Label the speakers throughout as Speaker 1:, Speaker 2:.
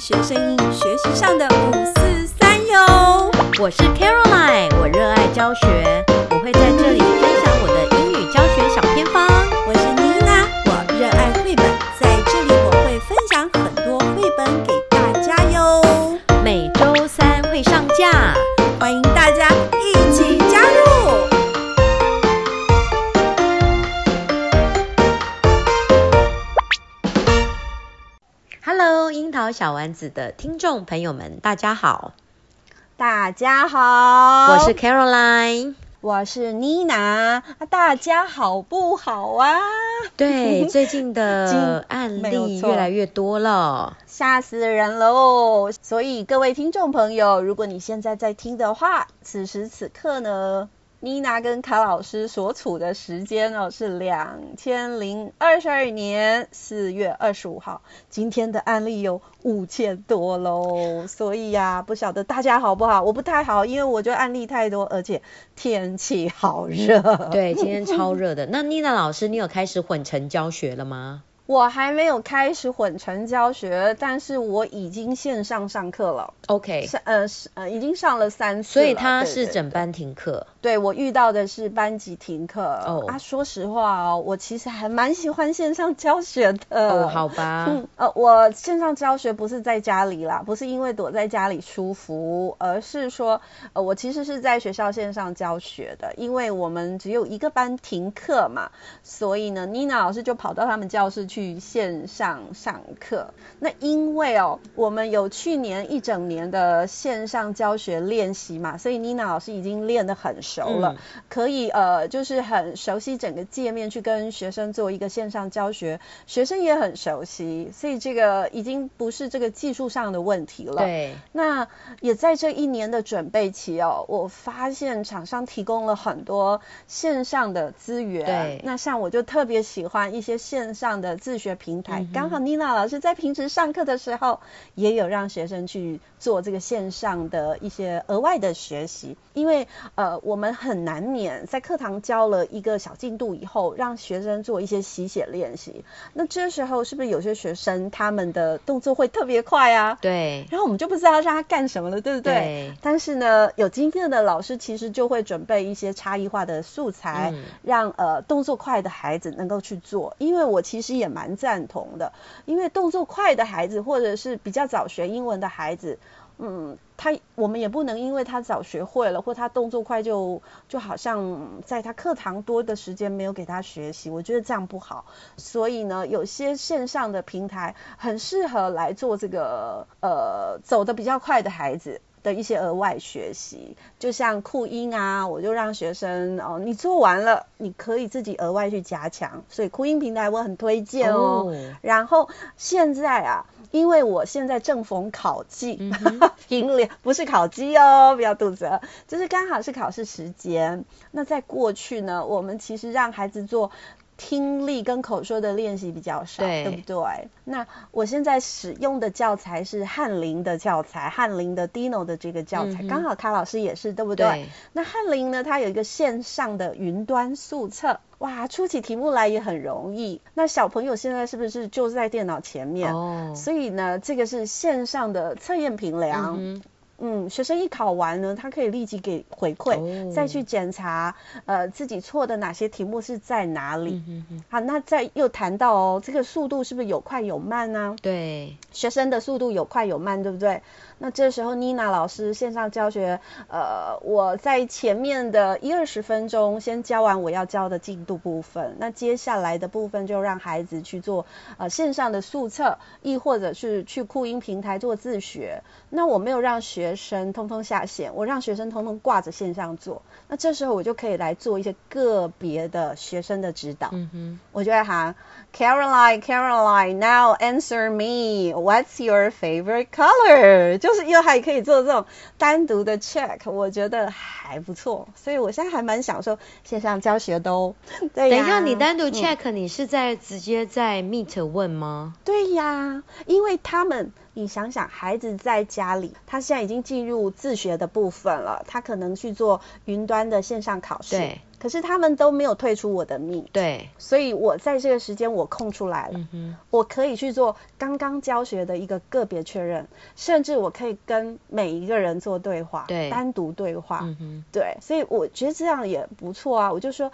Speaker 1: 学声英语学习上的五四三哟。
Speaker 2: 我是 Caroline，我热爱教学，我会在这里分享我的英语教学小偏方。
Speaker 1: 我是妮娜，我热爱绘本，在这里我会分享很多绘本给大家哟，
Speaker 2: 每周三会上架。
Speaker 1: 欢迎大家一起加入。
Speaker 2: Hello，樱桃小丸子的听众朋友们，大家好，
Speaker 3: 大家好，
Speaker 2: 我是 Caroline。
Speaker 3: 我是妮娜，大家好不好啊？
Speaker 2: 对，最近的
Speaker 3: 今
Speaker 2: 案
Speaker 3: 没有
Speaker 2: 例
Speaker 3: 错
Speaker 2: 越来越多了。
Speaker 3: 吓死人喽！所以各位听众朋友，如果你现在在听的话，此时此刻呢，妮娜跟卡老师所处的时间哦是两千零二十二年四月二十五号。今天的案例有五千多喽，所以呀、不晓得大家好不好？我不太好，因为我觉得案例太多，而且天气好热。
Speaker 2: 对，今天超热的。那 妮娜老师，你有开始混成教学了吗？
Speaker 3: 我还没有开始混成教学，但是我已经线上上课了，
Speaker 2: OK，
Speaker 3: 上呃是呃已经上了三次
Speaker 2: 所
Speaker 3: 了，
Speaker 2: 以他
Speaker 3: 对
Speaker 2: 是
Speaker 3: 对
Speaker 2: 整班停课。
Speaker 3: 对我遇到的是班级停课、
Speaker 2: 哦
Speaker 3: 啊，说实话哦，我其实还蛮喜欢线上教学的。
Speaker 2: 哦，好吧。
Speaker 3: 嗯，呃，我线上教学不是在家里啦，不是因为躲在家里舒服，而是说，呃，我其实是在学校线上教学的，因为我们只有一个班停课嘛，所以呢，妮娜老师就跑到他们教室去线上上课。那因为哦，我们有去年一整年的线上教学练习嘛，所以妮娜老师已经练得很熟了。
Speaker 2: 嗯
Speaker 3: 可以呃，就是很熟悉整个界面去跟学生做一个线上教学，学生也很熟悉，所以这个已经不是这个技术上的问题了。，
Speaker 2: 对，
Speaker 3: 那也在这一年的准备期哦，我发现厂商提供了很多线上的资源。
Speaker 2: 对
Speaker 3: 那像我就特别喜欢一些线上的自学平台。
Speaker 2: 嗯哼
Speaker 3: 刚好妮娜老师在平时上课的时候，也有让学生去做这个线上的一些额外的学习，因为呃，我们很难免在课堂教了一个小进度以后，让学生做一些习写练习。那这时候是不是有些学生他们的动作会特别快啊？
Speaker 2: 对，
Speaker 3: 然后我们就不知道让他干什么了，对不对？
Speaker 2: 对
Speaker 3: 但是呢，有经验的老师其实就会准备一些差异化的素材，
Speaker 2: 嗯
Speaker 3: 让呃动作快的孩子能够去做。因为我其实也蛮赞同的，因为动作快的孩子或者是比较早学英文的孩子，嗯，他我们也不能因为他早学会了，或他动作快就就好像在他课堂多的时间没有给他学习，我觉得这样不好。所以呢，有些线上的平台很适合来做这个呃走得比较快的孩子。的一些额外学习，就像酷音啊，我就让学生哦，你做完了，你可以自己额外去加强，所以酷音平台我很推荐哦。
Speaker 2: 哦
Speaker 3: 然后现在啊，因为我现在正逢考季，
Speaker 2: 嗯哼
Speaker 3: 平凉不是考鸡哦，不要肚子饿，就是刚好是考试时间。那在过去呢，我们其实让孩子做。听力跟口说的练习比较少，
Speaker 2: 对
Speaker 3: 不对？那我现在使用的教材是翰林的教材，翰林的 Dino 的这个教材，
Speaker 2: 嗯哼
Speaker 3: 刚好卡老师也是，对不
Speaker 2: 对，
Speaker 3: 那翰林呢，它有一个线上的云端速测，哇，出起题目来也很容易。那小朋友现在是不是就在电脑前面？
Speaker 2: 哦，
Speaker 3: 所以呢，这个是线上的测验评量，嗯
Speaker 2: 嗯
Speaker 3: 学生一考完呢，他可以立即给回馈，
Speaker 2: 哦
Speaker 3: 再去检查，呃，自己错的哪些题目是在哪
Speaker 2: 哼
Speaker 3: 里。
Speaker 2: 嗯哼哼
Speaker 3: 好，那再又谈到哦，这个速度是不是有快有慢啊呢、
Speaker 2: 对，
Speaker 3: 学生的速度有快有慢，对不对？那这时候妮娜老师线上教学，呃，我在前面的一二十分钟先教完我要教的进度部分，那接下来的部分就让孩子去做呃线上的速测，亦或者是去酷音平台做自学。那我没有让学生通通下线，我让学生通通挂着线上做。那这时候我就可以来做一些个别的学生的指导。
Speaker 2: 嗯哼，
Speaker 3: 我就会喊 Caroline Caroline now answer me what's your favorite color？就是又还可以做这种单独的 check，我觉得还不错，所以我现在还蛮享受线上教学的哦。对呀嗯
Speaker 2: 等一下，你单独 check，你是在直接在 Meet 问吗？
Speaker 3: 对呀，因为他们，你想想，孩子在家里，他现在已经进入自学的部分了，他可能去做云端的线上考试
Speaker 2: 对，
Speaker 3: 可是他们都没有退出我的命，
Speaker 2: 对，
Speaker 3: 所以我在这个时间我空出来了，
Speaker 2: 嗯哼，
Speaker 3: 我可以去做刚刚教学的一个个别确认，甚至我可以跟每一个人做对话，
Speaker 2: 对
Speaker 3: 单独对话，
Speaker 2: 嗯哼，
Speaker 3: 对，所以我觉得这样也不错啊。我就说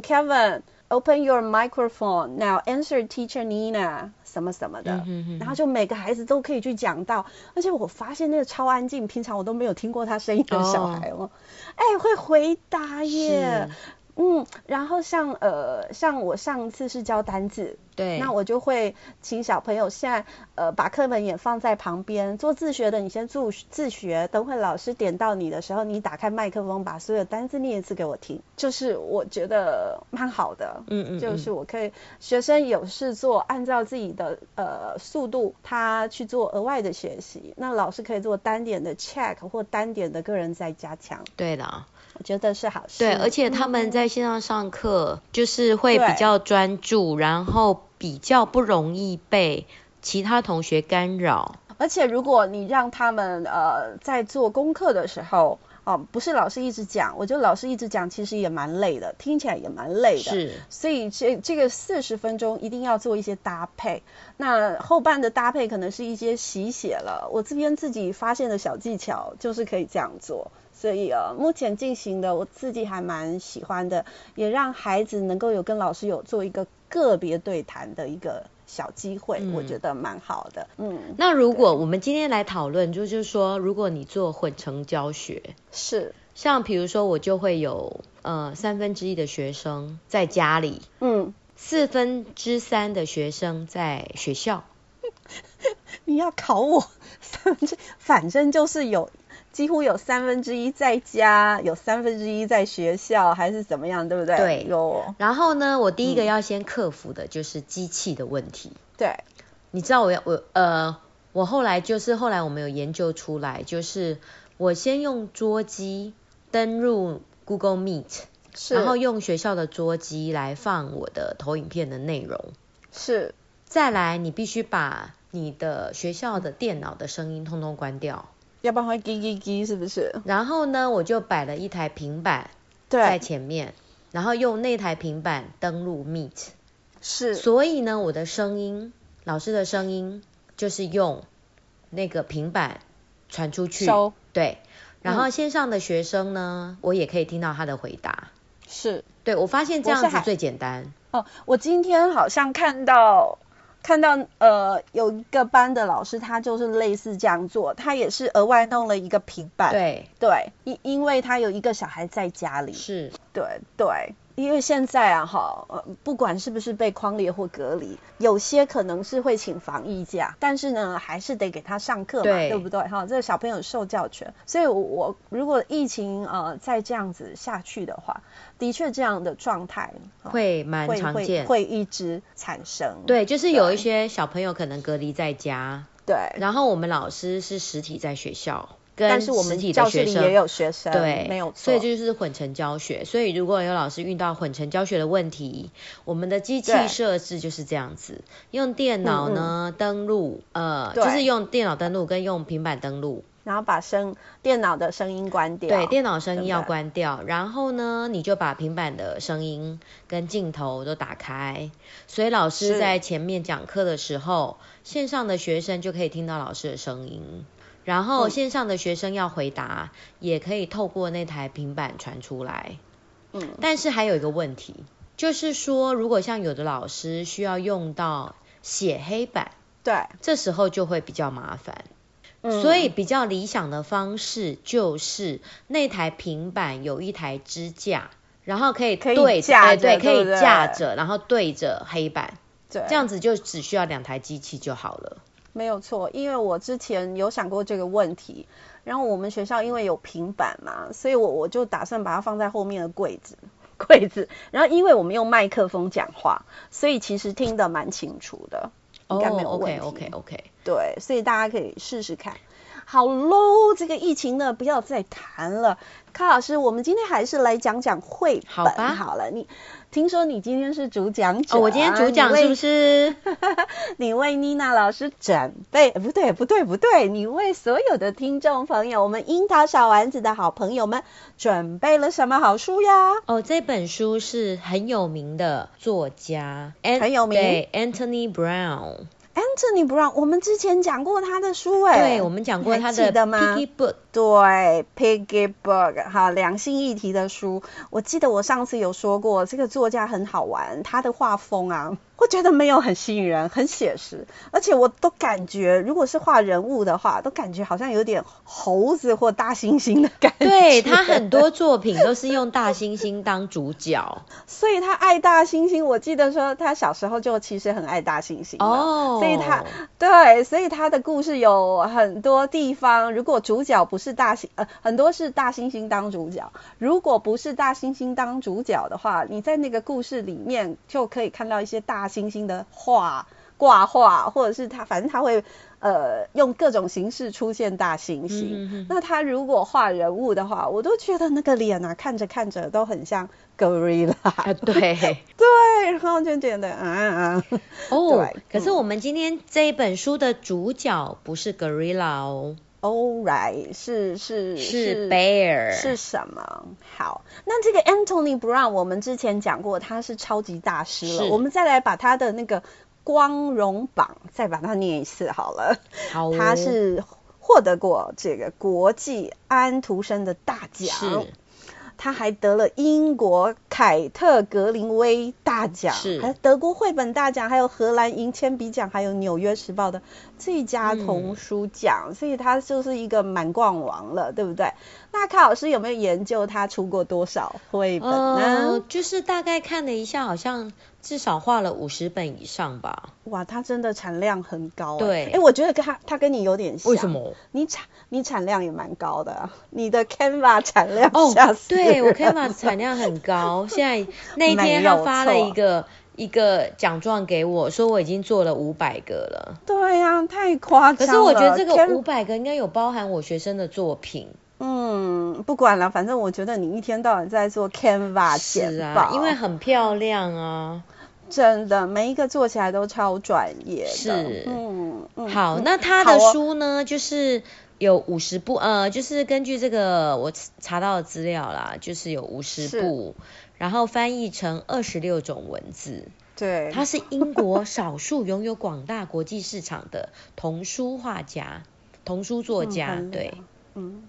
Speaker 3: ，Kevin，Kevin。Open your microphone now. Answer teacher Nina 什么什么的，
Speaker 2: 嗯哼哼
Speaker 3: 然后就每个孩子都可以去讲到，而且我发现那个超安静，平常我都没有听过他声音的小孩哦，哎、会回答耶，嗯，然后像呃，像我上次是教单字，
Speaker 2: 对，
Speaker 3: 那我就会请小朋友现在呃把课本也放在旁边，做自学的你先自自学，等会老师点到你的时候，你打开麦克风把所有单字念一次给我听，就是我觉得蛮好的。
Speaker 2: 嗯嗯，
Speaker 3: 就
Speaker 2: 嗯
Speaker 3: 是我可以，学生有事做，按照自己的呃速度，他去做额外的学习。那老师可以做单点的 check 或单点的个人在加强，
Speaker 2: 对的，
Speaker 3: 我觉得是好事。
Speaker 2: 对，而且他们在线上上课就是会比
Speaker 3: 对
Speaker 2: 较专注，然后比较不容易被其他同学干扰。
Speaker 3: 而且如果你让他们呃在做功课的时候，哦、不是老师一直讲，我觉得老师一直讲其实也蛮累的，听起来也蛮累的。。
Speaker 2: 是，
Speaker 3: 所以这这个四十分钟一定要做一些搭配，那后半的搭配可能是一些习写了。我这边自己发现的小技巧就是可以这样做，所以呃，目前进行的我自己还蛮喜欢的，也让孩子能够有跟老师有做一个个别对谈的一个小机会，
Speaker 2: 嗯
Speaker 3: 我觉得蛮好的。嗯，
Speaker 2: 那如果我们今天来讨论，就是说，如果你做混成教学，
Speaker 3: 是，
Speaker 2: 像比如说，我就会有呃三分之一的学生在家里，
Speaker 3: 嗯，
Speaker 2: 四分之三的学生在学校。
Speaker 3: 你要考我 三分之，反正就是有几乎有三分之一在家，有三分之一在学校，还是怎么样，对不对？
Speaker 2: 对
Speaker 3: 有
Speaker 2: 然后呢，我第一个要先克服的就是机器的问题。
Speaker 3: 嗯对，
Speaker 2: 你知道我要我呃，我后来就是后来我们有研究出来，就是我先用桌机登入 Google Meet，
Speaker 3: 是，
Speaker 2: 然后用学校的桌机来放我的投影片的内容。
Speaker 3: 是
Speaker 2: 再来，你必须把你的学校的电脑的声音通通关掉。
Speaker 3: 要不然会叽叽叽，是不是？
Speaker 2: 然后呢，我就摆了一台平板在
Speaker 3: 对，
Speaker 2: 前面，然后用那台平板登录 Meet。
Speaker 3: 是
Speaker 2: 所以呢，我的声音，老师的声音就是用那个平板传出去。
Speaker 3: 收嗯
Speaker 2: 对，然后线上的学生呢，我也可以听到他的回答。
Speaker 3: 是
Speaker 2: 对，我发现这
Speaker 3: 我是
Speaker 2: 样子
Speaker 3: 还
Speaker 2: 最简单。
Speaker 3: 哦。我今天好像看到。看到呃，有一个班的老师，他就是类似这样做，他也是额外弄了一个平板，
Speaker 2: 对，
Speaker 3: 对，因因为他有一个小孩在家里，
Speaker 2: 是，
Speaker 3: 对呃对，因为现在啊哈，呃，不管是不是被框列或隔离，有些可能是会请防疫假，但是呢，还是得给他上课嘛，
Speaker 2: 对
Speaker 3: 对不对？哈，这个小朋友受教权，所以我我如果疫情呃再这样子下去的话，的确这样的状态哈
Speaker 2: 会蛮
Speaker 3: 会
Speaker 2: 常
Speaker 3: 会
Speaker 2: 见。
Speaker 3: 会一直产生，
Speaker 2: 对，就是有一
Speaker 3: 对
Speaker 2: 些小朋友可能隔离在家，
Speaker 3: 对，
Speaker 2: 然后我们老师是实体在学校，跟
Speaker 3: 但是我
Speaker 2: 实
Speaker 3: 们
Speaker 2: 体
Speaker 3: 教
Speaker 2: 的
Speaker 3: 室
Speaker 2: 学
Speaker 3: 里
Speaker 2: 生
Speaker 3: 也有学生，
Speaker 2: 对，
Speaker 3: 没有错，
Speaker 2: 所以这就是混成教学。所以如果有老师遇到混成教学的问题，我们的机器
Speaker 3: 对嗯
Speaker 2: 设置就是这样子，用电脑呢、登录，呃，
Speaker 3: 对
Speaker 2: 就是用电脑登录跟用平板登录，
Speaker 3: 然后把声电脑的声音关掉，
Speaker 2: 对，电脑声
Speaker 3: 对
Speaker 2: 音
Speaker 3: 不
Speaker 2: 要
Speaker 3: 对
Speaker 2: 关掉，然后呢，你就把平板的声音跟镜头都打开，所以老师
Speaker 3: 是
Speaker 2: 在前面讲课的时候，线上的学生就可以听到老师的声音。然后
Speaker 3: 嗯
Speaker 2: 线上的学生要回答，也可以透过那台平板传出来。
Speaker 3: 嗯，
Speaker 2: 但是还有一个问题，就是说，如果像有的老师需要用到写黑板，
Speaker 3: 对，
Speaker 2: 这时候就会比较麻烦。
Speaker 3: 嗯
Speaker 2: 所以比较理想的方式就是那台平板有一台支架，然后可以
Speaker 3: 可以
Speaker 2: 对着，
Speaker 3: 架
Speaker 2: 哎
Speaker 3: 着
Speaker 2: 对，可
Speaker 3: 对
Speaker 2: 以
Speaker 3: 不对
Speaker 2: 架着，然后对着黑板，
Speaker 3: 对
Speaker 2: 这样子就只需要两台机器就好了。
Speaker 3: 没有错，因为我之前有想过这个问题，然后我们学校因为有平板嘛，所以我我就打算把它放在后面的柜子， 柜子。然后因为我们用麦克风讲话，所以其实听得
Speaker 2: 哦
Speaker 3: 蛮清楚的，应该没有问题。
Speaker 2: OK OK OK，
Speaker 3: 对，所以大家可以试试看。好 low，这个疫情呢不要再谈了。卡老师，我们今天还是来讲讲绘本
Speaker 2: 好吧
Speaker 3: 好了。你听说你今天是主讲者，啊
Speaker 2: 哦，我今天主讲是不是？
Speaker 3: 是？ 你为妮娜老师准备，呃不对不对不对，你为所有的听众朋友，我们樱桃小丸子的好朋友们准备了什么好书呀？
Speaker 2: 哦，这本书是很有名的作家，An-
Speaker 3: 很有名哎
Speaker 2: 对，Anthony Brown。
Speaker 3: Anthony Brown，我们之前讲过他的书哎、
Speaker 2: 对，我们讲过
Speaker 3: 你还
Speaker 2: 他
Speaker 3: 记
Speaker 2: 的
Speaker 3: 得吗
Speaker 2: Piggy Book。
Speaker 3: 对，Piggy Book，好，两性议题的书，我记得我上次有说过，这个作家很好玩，他的画风啊，我觉得没有很吸引人，很写实，而且我都感觉，如果是画人物的话，都感觉好像有点猴子或大猩猩的感觉。
Speaker 2: 对他很多作品都是用大猩猩当主角
Speaker 3: 所以他爱大猩猩。我记得说他小时候就其实很爱大猩猩了
Speaker 2: 哦，
Speaker 3: 所以他对，所以他的故事有很多地方，如果主角不是大猩呃，很多是大猩猩当主角。如果不是大猩猩当主角的话，你在那个故事里面就可以看到一些大猩猩的画挂画，或者是他反正他会呃用各种形式出现大猩猩。
Speaker 2: 嗯哼哼
Speaker 3: 那他如果画人物的话，我都觉得那个脸啊，看着看着都很像 gorilla。
Speaker 2: 啊对
Speaker 3: 对，哎然后就觉得啊啊，
Speaker 2: 哦
Speaker 3: 对，
Speaker 2: 可是我们今天这一本书的主角不是 gorilla 哦，
Speaker 3: ，all right，是是
Speaker 2: 是 bear，
Speaker 3: 是什么？好，那这个 Anthony Brown，我们之前讲过，他是超级大师了。
Speaker 2: 是
Speaker 3: 我们再来把他的那个光荣榜再把它念一次好了。
Speaker 2: 好哦，
Speaker 3: 他是获得过这个国际安徒生的大奖
Speaker 2: 是，
Speaker 3: 他还得了英国凯特格林威大奖，
Speaker 2: 是
Speaker 3: 还有德国绘本大奖，还有荷兰银铅笔奖，还有纽约时报的最佳童书奖，所以他就是一个满贯王了，对不对？那卡老师有没有研究他出过多少绘本呢？
Speaker 2: 呃，就是大概看了一下，好像至少画了五十本以上吧。
Speaker 3: 哇，他真的产量很高、欸，
Speaker 2: 对
Speaker 3: 哎、我觉得跟他他跟你有点像，
Speaker 2: 为什么？
Speaker 3: 你产你产量也蛮高的啊、 你的 Canva 产量
Speaker 2: 哦
Speaker 3: 吓，死人、
Speaker 2: 对我 Canva 产量很高，现在那一天
Speaker 3: 没有
Speaker 2: 他发了
Speaker 3: 错
Speaker 2: 一 个一个奖状给我，说我已经做了五百个了。
Speaker 3: 对呀、太夸
Speaker 2: 可
Speaker 3: 张了。
Speaker 2: 是我觉得这个
Speaker 3: Can-
Speaker 2: 五百个应该有包含我学生的作品，
Speaker 3: 嗯，不管了，反正我觉得你一天到晚在做 Canva 简
Speaker 2: 是
Speaker 3: 报，
Speaker 2: 啊，因为很漂亮啊。
Speaker 3: 真的每一个做起来都超专业的。
Speaker 2: 是
Speaker 3: 嗯嗯，
Speaker 2: 好，
Speaker 3: 嗯
Speaker 2: 那他
Speaker 3: 好
Speaker 2: 的
Speaker 3: 哦
Speaker 2: 书呢，就是有五十部，呃，就是根据这个我查到的资料啦，就是有五
Speaker 3: 是
Speaker 2: 十部，然后翻译成二十六种文字。
Speaker 3: 对，
Speaker 2: 他是英国少数拥有广大国际市场的童书画家、童书作家，
Speaker 3: 很厉
Speaker 2: 对，
Speaker 3: 嗯，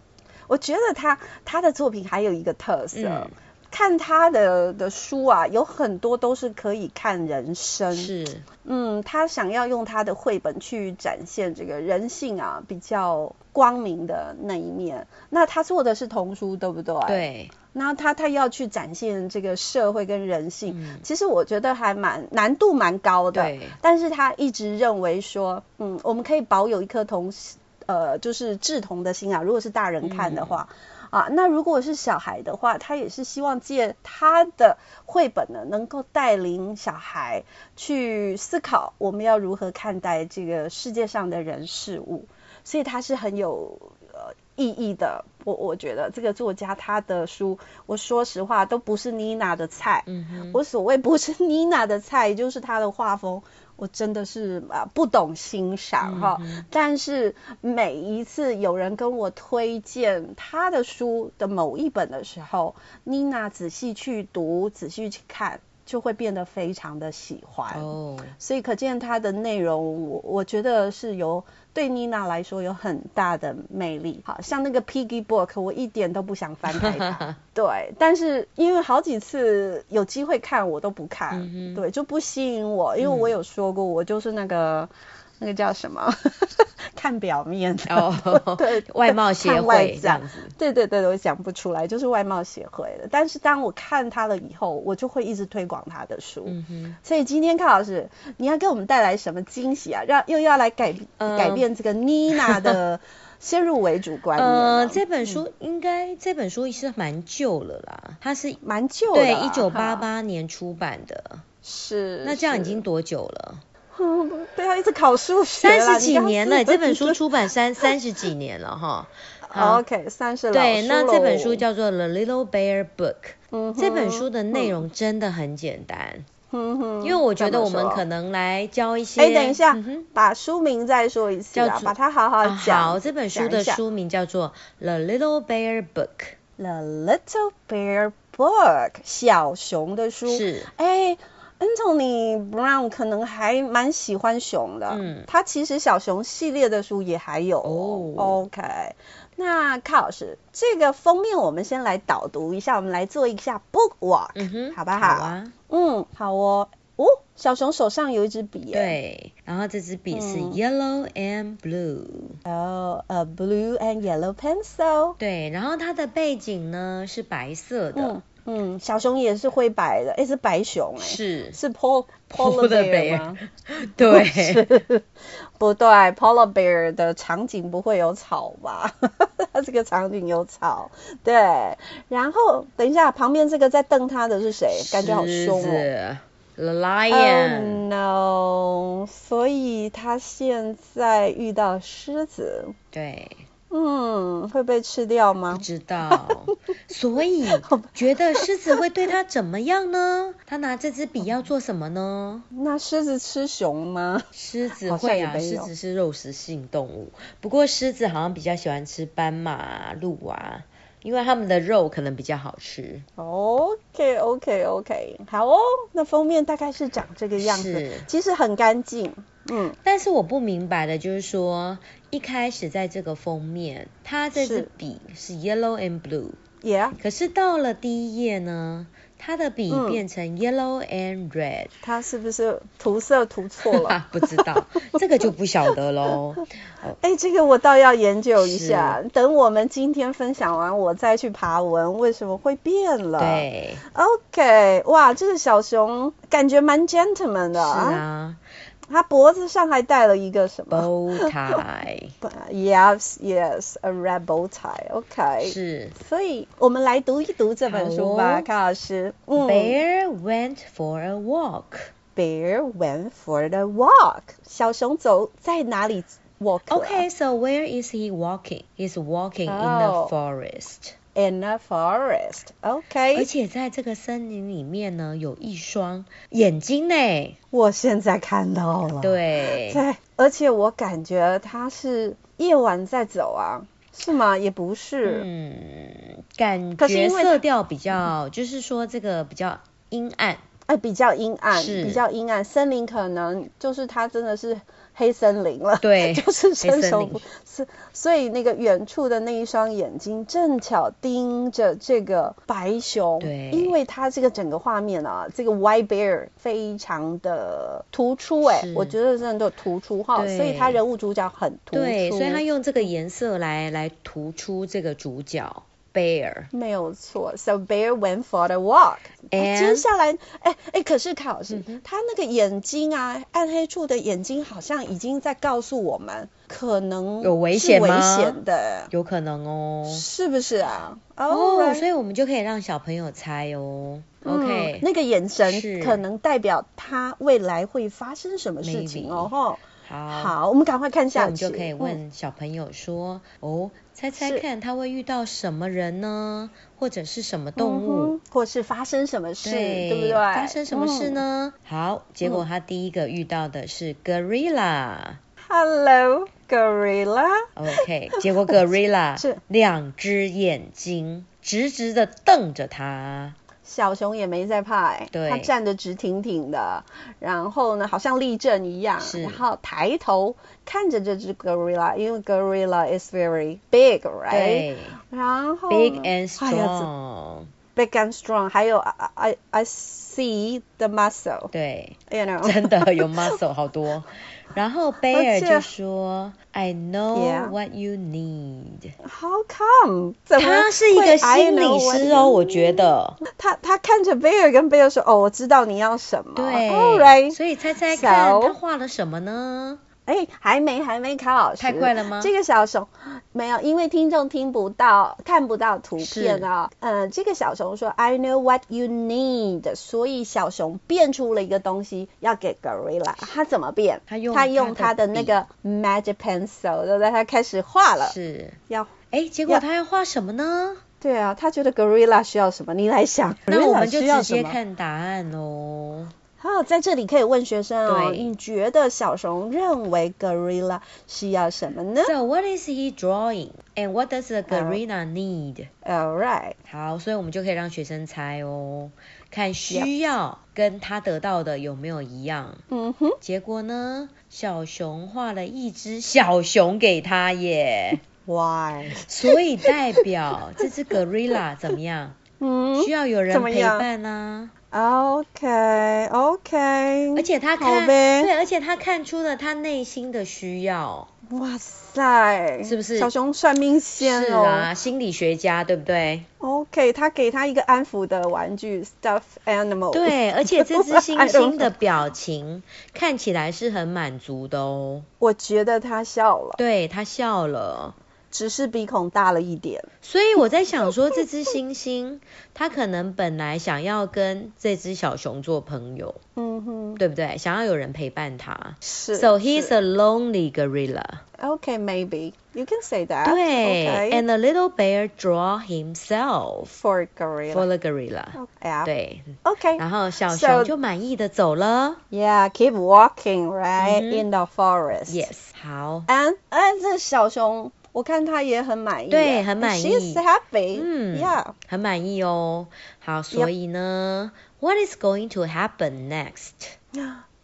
Speaker 3: 我觉得他他的作品还有一个特色。
Speaker 2: 嗯
Speaker 3: 看他的的书啊，有很多都是可以看人生，
Speaker 2: 是，
Speaker 3: 嗯，他想要用他的绘本去展现这个人性啊比较光明的那一面。那他做的是童书，对不对？。
Speaker 2: 对，
Speaker 3: 那他他要去展现这个社会跟人性，
Speaker 2: 嗯，
Speaker 3: 其实我觉得还蛮难度蛮高的。
Speaker 2: 对，
Speaker 3: 但是他一直认为说，嗯，我们可以保有一颗童心，呃，就是志同的心啊。如果是大人看的
Speaker 2: 嗯
Speaker 3: 话。啊，那如果是小孩的话，他也是希望借他的绘本呢，能够带领小孩去思考我们要如何看待这个世界上的人事物，所以他是很有呃意义的。我我觉得这个作家他的书，我说实话都不是妮娜的菜。
Speaker 2: 嗯哼，
Speaker 3: 我所谓不是妮娜的菜，就是她的画风，我真的是啊、呃不懂欣赏哈。
Speaker 2: 嗯
Speaker 3: 但是每一次有人跟我推荐他的书的某一本的时候，妮娜仔细去读、仔细去看，就会变得非常的喜欢。
Speaker 2: 哦，
Speaker 3: 所以可见它的内容，我我觉得是有对妮娜来说有很大的魅力。好像那个 Piggy Book，我一点都不想翻开 它。对，但是因为好几次有机会看，我都不
Speaker 2: 嗯
Speaker 3: 看，
Speaker 2: 哼嗯
Speaker 3: 对，就不吸引我。因为我有说过，我就是那个那个叫什么， 看表面的。
Speaker 2: 哦，
Speaker 3: 对，
Speaker 2: 外貌协
Speaker 3: 看外
Speaker 2: 会这
Speaker 3: 在
Speaker 2: 样子，
Speaker 3: 对对对，我讲不出来，就是外貌协会的。但是当我看他了以后，我就会一直推广他的书。
Speaker 2: 嗯哼，
Speaker 3: 所以今天康老师，你要给我们带来什么惊喜啊？让又要来改
Speaker 2: 嗯
Speaker 3: 改变这个妮娜 的先入为主观念啊、
Speaker 2: 呃，这本书应该这本书是蛮旧了啦，它是
Speaker 3: 嗯蛮旧的
Speaker 2: 对
Speaker 3: 啦，
Speaker 2: 一九八
Speaker 3: 哈
Speaker 2: 八年出版的，
Speaker 3: 是。
Speaker 2: 那这样已
Speaker 3: 是
Speaker 2: 经多久了？
Speaker 3: 嗯，不要一直考数学啦
Speaker 2: 三十几年了，这本。
Speaker 3: 你
Speaker 2: 书
Speaker 3: 刚
Speaker 2: 出版三三十几年了 哈。
Speaker 3: 刚
Speaker 2: 好
Speaker 3: OK，三哦十
Speaker 2: 对，那这本书叫做《The Little Bear Book》，这本书的内，容真的很简单，
Speaker 3: 嗯哼
Speaker 2: 因为我觉得我们可。能来教一些。哎
Speaker 3: 哎，等一下
Speaker 2: 嗯哼，
Speaker 3: 把书名再说一次
Speaker 2: 叫
Speaker 3: 啊，
Speaker 2: 做
Speaker 3: 把它好好
Speaker 2: 啊
Speaker 3: 讲。
Speaker 2: 好，这本书
Speaker 3: 讲
Speaker 2: 的
Speaker 3: 一下嗯
Speaker 2: 书名叫做《The Little Bear Book》，
Speaker 3: The Little Bear Book》小熊的书。
Speaker 2: 是
Speaker 3: 哎，Anthony Brown 可能还蛮喜欢熊的。
Speaker 2: 嗯
Speaker 3: 他其实小熊系列的书也还有哦。
Speaker 2: 哦
Speaker 3: OK，那卡老师，这个封面我们先来导读一下，我们来做一下 book walk，、
Speaker 2: 嗯哼，
Speaker 3: 好不
Speaker 2: 好啊，
Speaker 3: 嗯，好哦。哦，小熊手上有一支笔耶。
Speaker 2: 对，然后这支笔是
Speaker 3: 嗯
Speaker 2: yellow and blue，、
Speaker 3: 哦，a blue and yellow pencil。
Speaker 2: 对，然后它的背景呢是白色的，
Speaker 3: 嗯嗯，小熊也是灰白的，哎，是白熊哎。
Speaker 2: 是，
Speaker 3: 是 Paul
Speaker 2: Polar
Speaker 3: Polar
Speaker 2: bear
Speaker 3: Bear 吗？
Speaker 2: 对，
Speaker 3: 不对，Polar Bear 的场景不会有草吧？ 它这个场景有草，对。然后等一下，旁边这个在瞪他的是谁？感觉好凶
Speaker 2: 狮
Speaker 3: 哦。
Speaker 2: 子，the
Speaker 3: Oh
Speaker 2: lion，、
Speaker 3: no！所以他现在遇到狮子，
Speaker 2: 对，
Speaker 3: 嗯，会被吃掉
Speaker 2: 不
Speaker 3: 吗？
Speaker 2: 知道，所 以觉得狮子会对他怎么样呢？ 他拿这支笔要做什么呢？
Speaker 3: 那狮子吃熊吗？
Speaker 2: 狮子
Speaker 3: 好像
Speaker 2: 会
Speaker 3: 也
Speaker 2: 啊，
Speaker 3: 没
Speaker 2: 狮
Speaker 3: 有
Speaker 2: 子是肉食性动物，不过狮子好像比较喜欢吃斑马、啊、鹿啊，因为它们的肉可能比较好吃。
Speaker 3: 哦 OK OK OK，好哦，那封面大概是长这个样子
Speaker 2: 是，
Speaker 3: 其实很干净，嗯，
Speaker 2: 但是我不明白的就是说，一开始在这个封面，它这支
Speaker 3: 是
Speaker 2: 笔是 yellow and blue，
Speaker 3: 也、yeah,
Speaker 2: 可是到了第一页呢，它的笔
Speaker 3: 嗯
Speaker 2: 变成 yellow and red。啊
Speaker 3: 它是不是涂色涂错 了？
Speaker 2: 不知道，这个就不晓得喽。
Speaker 3: 哎，这个我倒要研究一下
Speaker 2: 是，
Speaker 3: 等我们今天分享完，我再去爬文为什么会变了。
Speaker 2: 对，
Speaker 3: ，OK，哇，这个小熊感觉蛮 gentleman
Speaker 2: 是
Speaker 3: 的，
Speaker 2: 啊
Speaker 3: 它脖子上还戴了一个什么
Speaker 2: ，bow tie
Speaker 3: ？Yes, yes, a red bow tie. OK，
Speaker 2: 是
Speaker 3: 所以我们来读一读这本书
Speaker 2: 好
Speaker 3: 吧，
Speaker 2: 哦
Speaker 3: 康老师。嗯
Speaker 2: bear went for a walk。
Speaker 3: Bear went for the walk，小熊走在哪里 walk？
Speaker 2: Okay, so where is he walking? He's walking in the
Speaker 3: 哦
Speaker 2: forest.
Speaker 3: in the forest。
Speaker 2: 而
Speaker 3: OK，
Speaker 2: 且在这个森林里面呢，有一双眼睛呢。
Speaker 3: 我现在看到 了。，
Speaker 2: 对，
Speaker 3: 在，而且我感觉它是夜晚在走啊，是吗？也不是，
Speaker 2: 嗯，感
Speaker 3: 可是
Speaker 2: 觉
Speaker 3: 因为
Speaker 2: 色调比较，就是说这个比较阴暗。
Speaker 3: 哎，比较阴暗，
Speaker 2: 是
Speaker 3: 比较阴暗。森林可能就是它真的是黑森林了。
Speaker 2: 对，
Speaker 3: 就是
Speaker 2: 黑
Speaker 3: 伸
Speaker 2: 森
Speaker 3: 手
Speaker 2: 林
Speaker 3: 不是，所以那个远处的那一双眼睛正巧盯着这个白熊，
Speaker 2: 对
Speaker 3: 因为它这个整个画面啊，这个 white bear 非常的突出、哎
Speaker 2: 是，
Speaker 3: 我觉得真的突出哈，
Speaker 2: 对
Speaker 3: 所以它人物主角很突出，
Speaker 2: 对，所以他用这个颜色来来突出这个主角 bear。
Speaker 3: 没有错，so bear went for the walk。
Speaker 2: And- 嗯
Speaker 3: 接下来，哎哎，可是卡老师，他那个眼睛啊，暗黑处的眼睛好像已经在告诉我们，可能
Speaker 2: 有危
Speaker 3: 是
Speaker 2: 险
Speaker 3: 危
Speaker 2: 吗
Speaker 3: 险的。
Speaker 2: 有可能哦。
Speaker 3: 是不是啊？
Speaker 2: 哦，
Speaker 3: Alright
Speaker 2: 所以我们就可以让小朋友猜哦。
Speaker 3: 嗯
Speaker 2: OK，、
Speaker 3: 那个眼
Speaker 2: 是
Speaker 3: 神可能代表他未来会发生什么事
Speaker 2: Maybe
Speaker 3: 情哦。吼，
Speaker 2: 好，
Speaker 3: 好，我们赶快看
Speaker 2: 那我
Speaker 3: 下
Speaker 2: 们
Speaker 3: 去。
Speaker 2: 就可以
Speaker 3: 嗯
Speaker 2: 问小朋友说，哦，猜猜
Speaker 3: 是
Speaker 2: 看他会遇到什么人呢？或者是什么动
Speaker 3: 嗯
Speaker 2: 物？
Speaker 3: 哼或是发生什么事，
Speaker 2: 对，
Speaker 3: 不对？
Speaker 2: 发生什么事
Speaker 3: 嗯
Speaker 2: 呢？好，结果他第一个遇到的是 gorilla。
Speaker 3: ？Hello, gorilla。
Speaker 2: OK，结果 gorilla
Speaker 3: 是
Speaker 2: 两只眼睛直直的瞪着他。
Speaker 3: 小熊也没在怕、欸，
Speaker 2: 对
Speaker 3: 它站得直挺挺的，然后呢，好像立正一样，
Speaker 2: 是
Speaker 3: 然后抬头看着这只 gorilla，因为 gorilla is very big, right？
Speaker 2: 对
Speaker 3: 然后
Speaker 2: ，big
Speaker 3: 呢
Speaker 2: and
Speaker 3: 哎呀这
Speaker 2: strong。
Speaker 3: big and strong，还有 I I I see the muscle，you
Speaker 2: 对，
Speaker 3: know，
Speaker 2: 真的有 muscle 好多。然后
Speaker 3: 而
Speaker 2: Bear
Speaker 3: 且
Speaker 2: 就说：“I know
Speaker 3: Yeah
Speaker 2: what you need。
Speaker 3: how come？怎么
Speaker 2: 他是一个
Speaker 3: 会 I
Speaker 2: 心
Speaker 3: know
Speaker 2: 理
Speaker 3: what
Speaker 2: 师
Speaker 3: you
Speaker 2: 哦，我觉得。
Speaker 3: 他他看着贝尔跟贝尔说，哦，我知道你要什么。
Speaker 2: 对
Speaker 3: a l right，
Speaker 2: 所以猜猜看
Speaker 3: So-
Speaker 2: 他画了什么呢？
Speaker 3: 哎，还没还没，卡老师，
Speaker 2: 太快了吗
Speaker 3: 这个小熊，没有，因为听众听不到、看不到图片啊、嗯，这个小熊说 “I know what you need”，所以小熊变出了一个东西要给 Gorilla。他怎么变？
Speaker 2: 他用
Speaker 3: 他用
Speaker 2: 他
Speaker 3: 他
Speaker 2: 的
Speaker 3: 的那个 Magic Pencil，对不对？他开始画了。
Speaker 2: 是，
Speaker 3: 要
Speaker 2: 哎，结果
Speaker 3: 要
Speaker 2: 他要画什么呢？
Speaker 3: 对啊，他觉得 Gorilla 需要什么？你来想，
Speaker 2: 那我们就
Speaker 3: Gorilla 需要
Speaker 2: 直接
Speaker 3: 什么
Speaker 2: 看答案哦。
Speaker 3: 好，在这里可以问学生哦，
Speaker 2: 对
Speaker 3: 你觉得小熊认为 gorilla 需要什么呢
Speaker 2: So what is he drawing and what does the gorilla need？
Speaker 3: ？All right，
Speaker 2: 好，所以我们就可以让学生猜哦，看需要跟他得到的有没有一样。
Speaker 3: 嗯哼，
Speaker 2: 结果呢，小熊画了一只小熊给他耶，
Speaker 3: why？
Speaker 2: 所以代表这只 gorilla 怎么样？
Speaker 3: 嗯
Speaker 2: 需要有人
Speaker 3: 怎么
Speaker 2: 陪
Speaker 3: 样
Speaker 2: 伴啊。
Speaker 3: ，OK OK，
Speaker 2: 而且他
Speaker 3: 好
Speaker 2: 看，
Speaker 3: 呗
Speaker 2: 对，而且他看出了他内心的需要，
Speaker 3: 哇塞，
Speaker 2: 是不是
Speaker 3: 小熊算命仙
Speaker 2: 是
Speaker 3: 哦、
Speaker 2: 啊，心理学家对不对？
Speaker 3: ？OK，他给他一个安抚的玩具 stuffed animal，
Speaker 2: 对，而且这只
Speaker 3: I
Speaker 2: 猩
Speaker 3: don't
Speaker 2: 猩
Speaker 3: know
Speaker 2: 的表情看起来是很满足的哦，
Speaker 3: 我觉得他笑了，
Speaker 2: 对，他笑了。
Speaker 3: 只是鼻孔大了一点。
Speaker 2: 所以我在想说，这只猩猩它可能本来想要跟这只小熊做朋友，
Speaker 3: 嗯哼，
Speaker 2: 对不对？想要有人陪伴它。
Speaker 3: 是。
Speaker 2: So he's
Speaker 3: 是
Speaker 2: a lonely gorilla.
Speaker 3: OK，maybe、you can say that。
Speaker 2: 对
Speaker 3: o k
Speaker 2: ，and the little bear draw himself
Speaker 3: for gorilla。
Speaker 2: for the gorilla.
Speaker 3: Yeah.
Speaker 2: 对，
Speaker 3: Okay.
Speaker 2: 然后小
Speaker 3: So-
Speaker 2: 熊就满意的走了。
Speaker 3: Yeah. Keep walking, right,
Speaker 2: Mhm.
Speaker 3: in the forest.
Speaker 2: Yes，好，
Speaker 3: And 哎，这小熊，我看它也很满意。
Speaker 2: 对很满意
Speaker 3: She's happy.
Speaker 2: 嗯
Speaker 3: Yeah.
Speaker 2: 很满意哦。好，所以呢，What is going to happen next？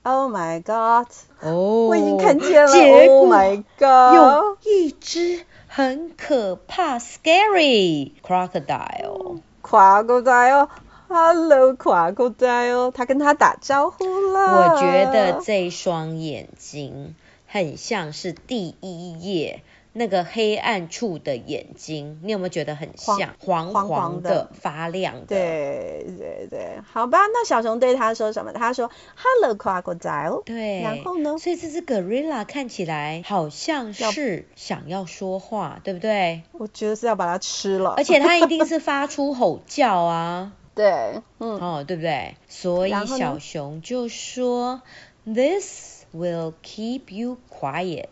Speaker 3: Oh my god.
Speaker 2: 哦，
Speaker 3: 我已经看见了。
Speaker 2: 结
Speaker 3: Oh
Speaker 2: 果
Speaker 3: my
Speaker 2: 有
Speaker 3: god.
Speaker 2: 哦一只很可怕 scary crocodile。
Speaker 3: 垮过来哦。Hello，垮过来哦。他跟他打招呼了。
Speaker 2: 我觉得这双眼睛很像是第一页那个黑暗处的眼睛，你有没有觉得很像黄黄
Speaker 3: 黄黄的
Speaker 2: 的、发亮的？，
Speaker 3: 对对对，好吧，那小熊对他说什么？他说：“Hello, crocodile。”
Speaker 2: 对，
Speaker 3: 哦然后呢？
Speaker 2: 所以这只 gorilla 看起来好像是想要说话，对不对？
Speaker 3: 我 觉得是要把它吃了。
Speaker 2: 而且它一定是发出吼叫啊，
Speaker 3: 对，嗯
Speaker 2: 哦，对不对？所以
Speaker 3: 然后呢
Speaker 2: 小熊就说，This will keep you quiet。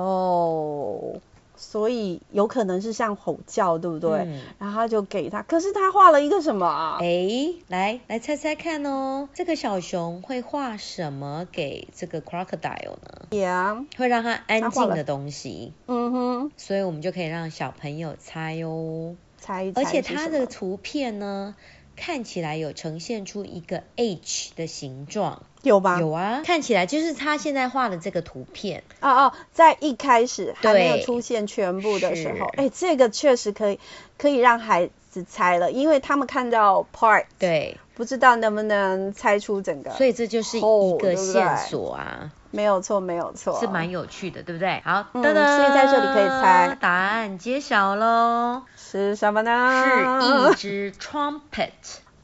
Speaker 3: 哦，所以有可能是像吼叫，对不对？
Speaker 2: 嗯哎
Speaker 3: 然后他就给他，可是他画了一个什么啊？
Speaker 2: 诶，来来猜猜看哦，这个小熊会画什么给这个 crocodile 呢？
Speaker 3: 也啊，
Speaker 2: 会让它安
Speaker 3: 它画
Speaker 2: 静
Speaker 3: 了
Speaker 2: 的东西，
Speaker 3: 嗯哼，
Speaker 2: 所以我们就可以让小朋友猜哦。
Speaker 3: 猜一猜
Speaker 2: 而且
Speaker 3: 是
Speaker 2: 它
Speaker 3: 什
Speaker 2: 的
Speaker 3: 么
Speaker 2: 图片呢，看起来有呈现出一个 H 的形状，
Speaker 3: 有吧？
Speaker 2: 有啊，看起来就是他现在画的这个图片，
Speaker 3: 哦哦，在一开始还没
Speaker 2: 对
Speaker 3: 有出现全部的时候，
Speaker 2: 是
Speaker 3: 哎，这个确实可以可以让孩子猜了，因为他们看到 part，
Speaker 2: 对，
Speaker 3: 不知道能不能猜出整个，
Speaker 2: 所以这就是一
Speaker 3: 哦
Speaker 2: 个
Speaker 3: 对不对
Speaker 2: 线索啊，
Speaker 3: 没有错，没有错，
Speaker 2: 是蛮有趣的，对不对？好，
Speaker 3: 嗯
Speaker 2: 噔噔
Speaker 3: 所以在这里可以猜
Speaker 2: 答案揭晓喽，
Speaker 3: 是什么
Speaker 2: 是
Speaker 3: 呢？
Speaker 2: 一只 trumpet。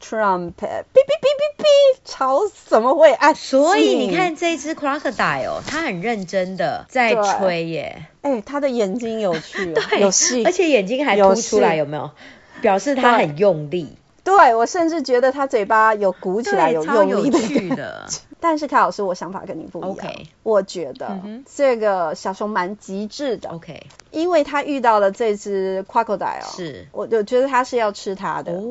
Speaker 3: trumpet，哔哔哔哔哔，吵什么会按？
Speaker 2: 所以你看这只 crocodile，它很认真的在
Speaker 3: 对
Speaker 2: 吹耶，
Speaker 3: 哎、他的眼睛有
Speaker 2: ，
Speaker 3: 趣、哦
Speaker 2: 对
Speaker 3: 有戏，
Speaker 2: 而且眼睛还凸
Speaker 3: 有
Speaker 2: 出来，
Speaker 3: 戏
Speaker 2: 有没有？表示它
Speaker 3: 对
Speaker 2: 很用力。
Speaker 3: 对我甚至觉得他嘴巴有鼓起来，
Speaker 2: 对，
Speaker 3: 有
Speaker 2: 超
Speaker 3: 用
Speaker 2: 有
Speaker 3: 力的
Speaker 2: 趣
Speaker 3: 感觉。
Speaker 2: 的，
Speaker 3: 但是凯老师，我想法跟你不一样
Speaker 2: OK
Speaker 3: 我觉得、
Speaker 2: 嗯哼
Speaker 3: 这个小熊蛮极致的
Speaker 2: OK，
Speaker 3: 因为他遇到了这只 crocodile，
Speaker 2: 是
Speaker 3: 我我觉得他是要吃它的。
Speaker 2: 哦，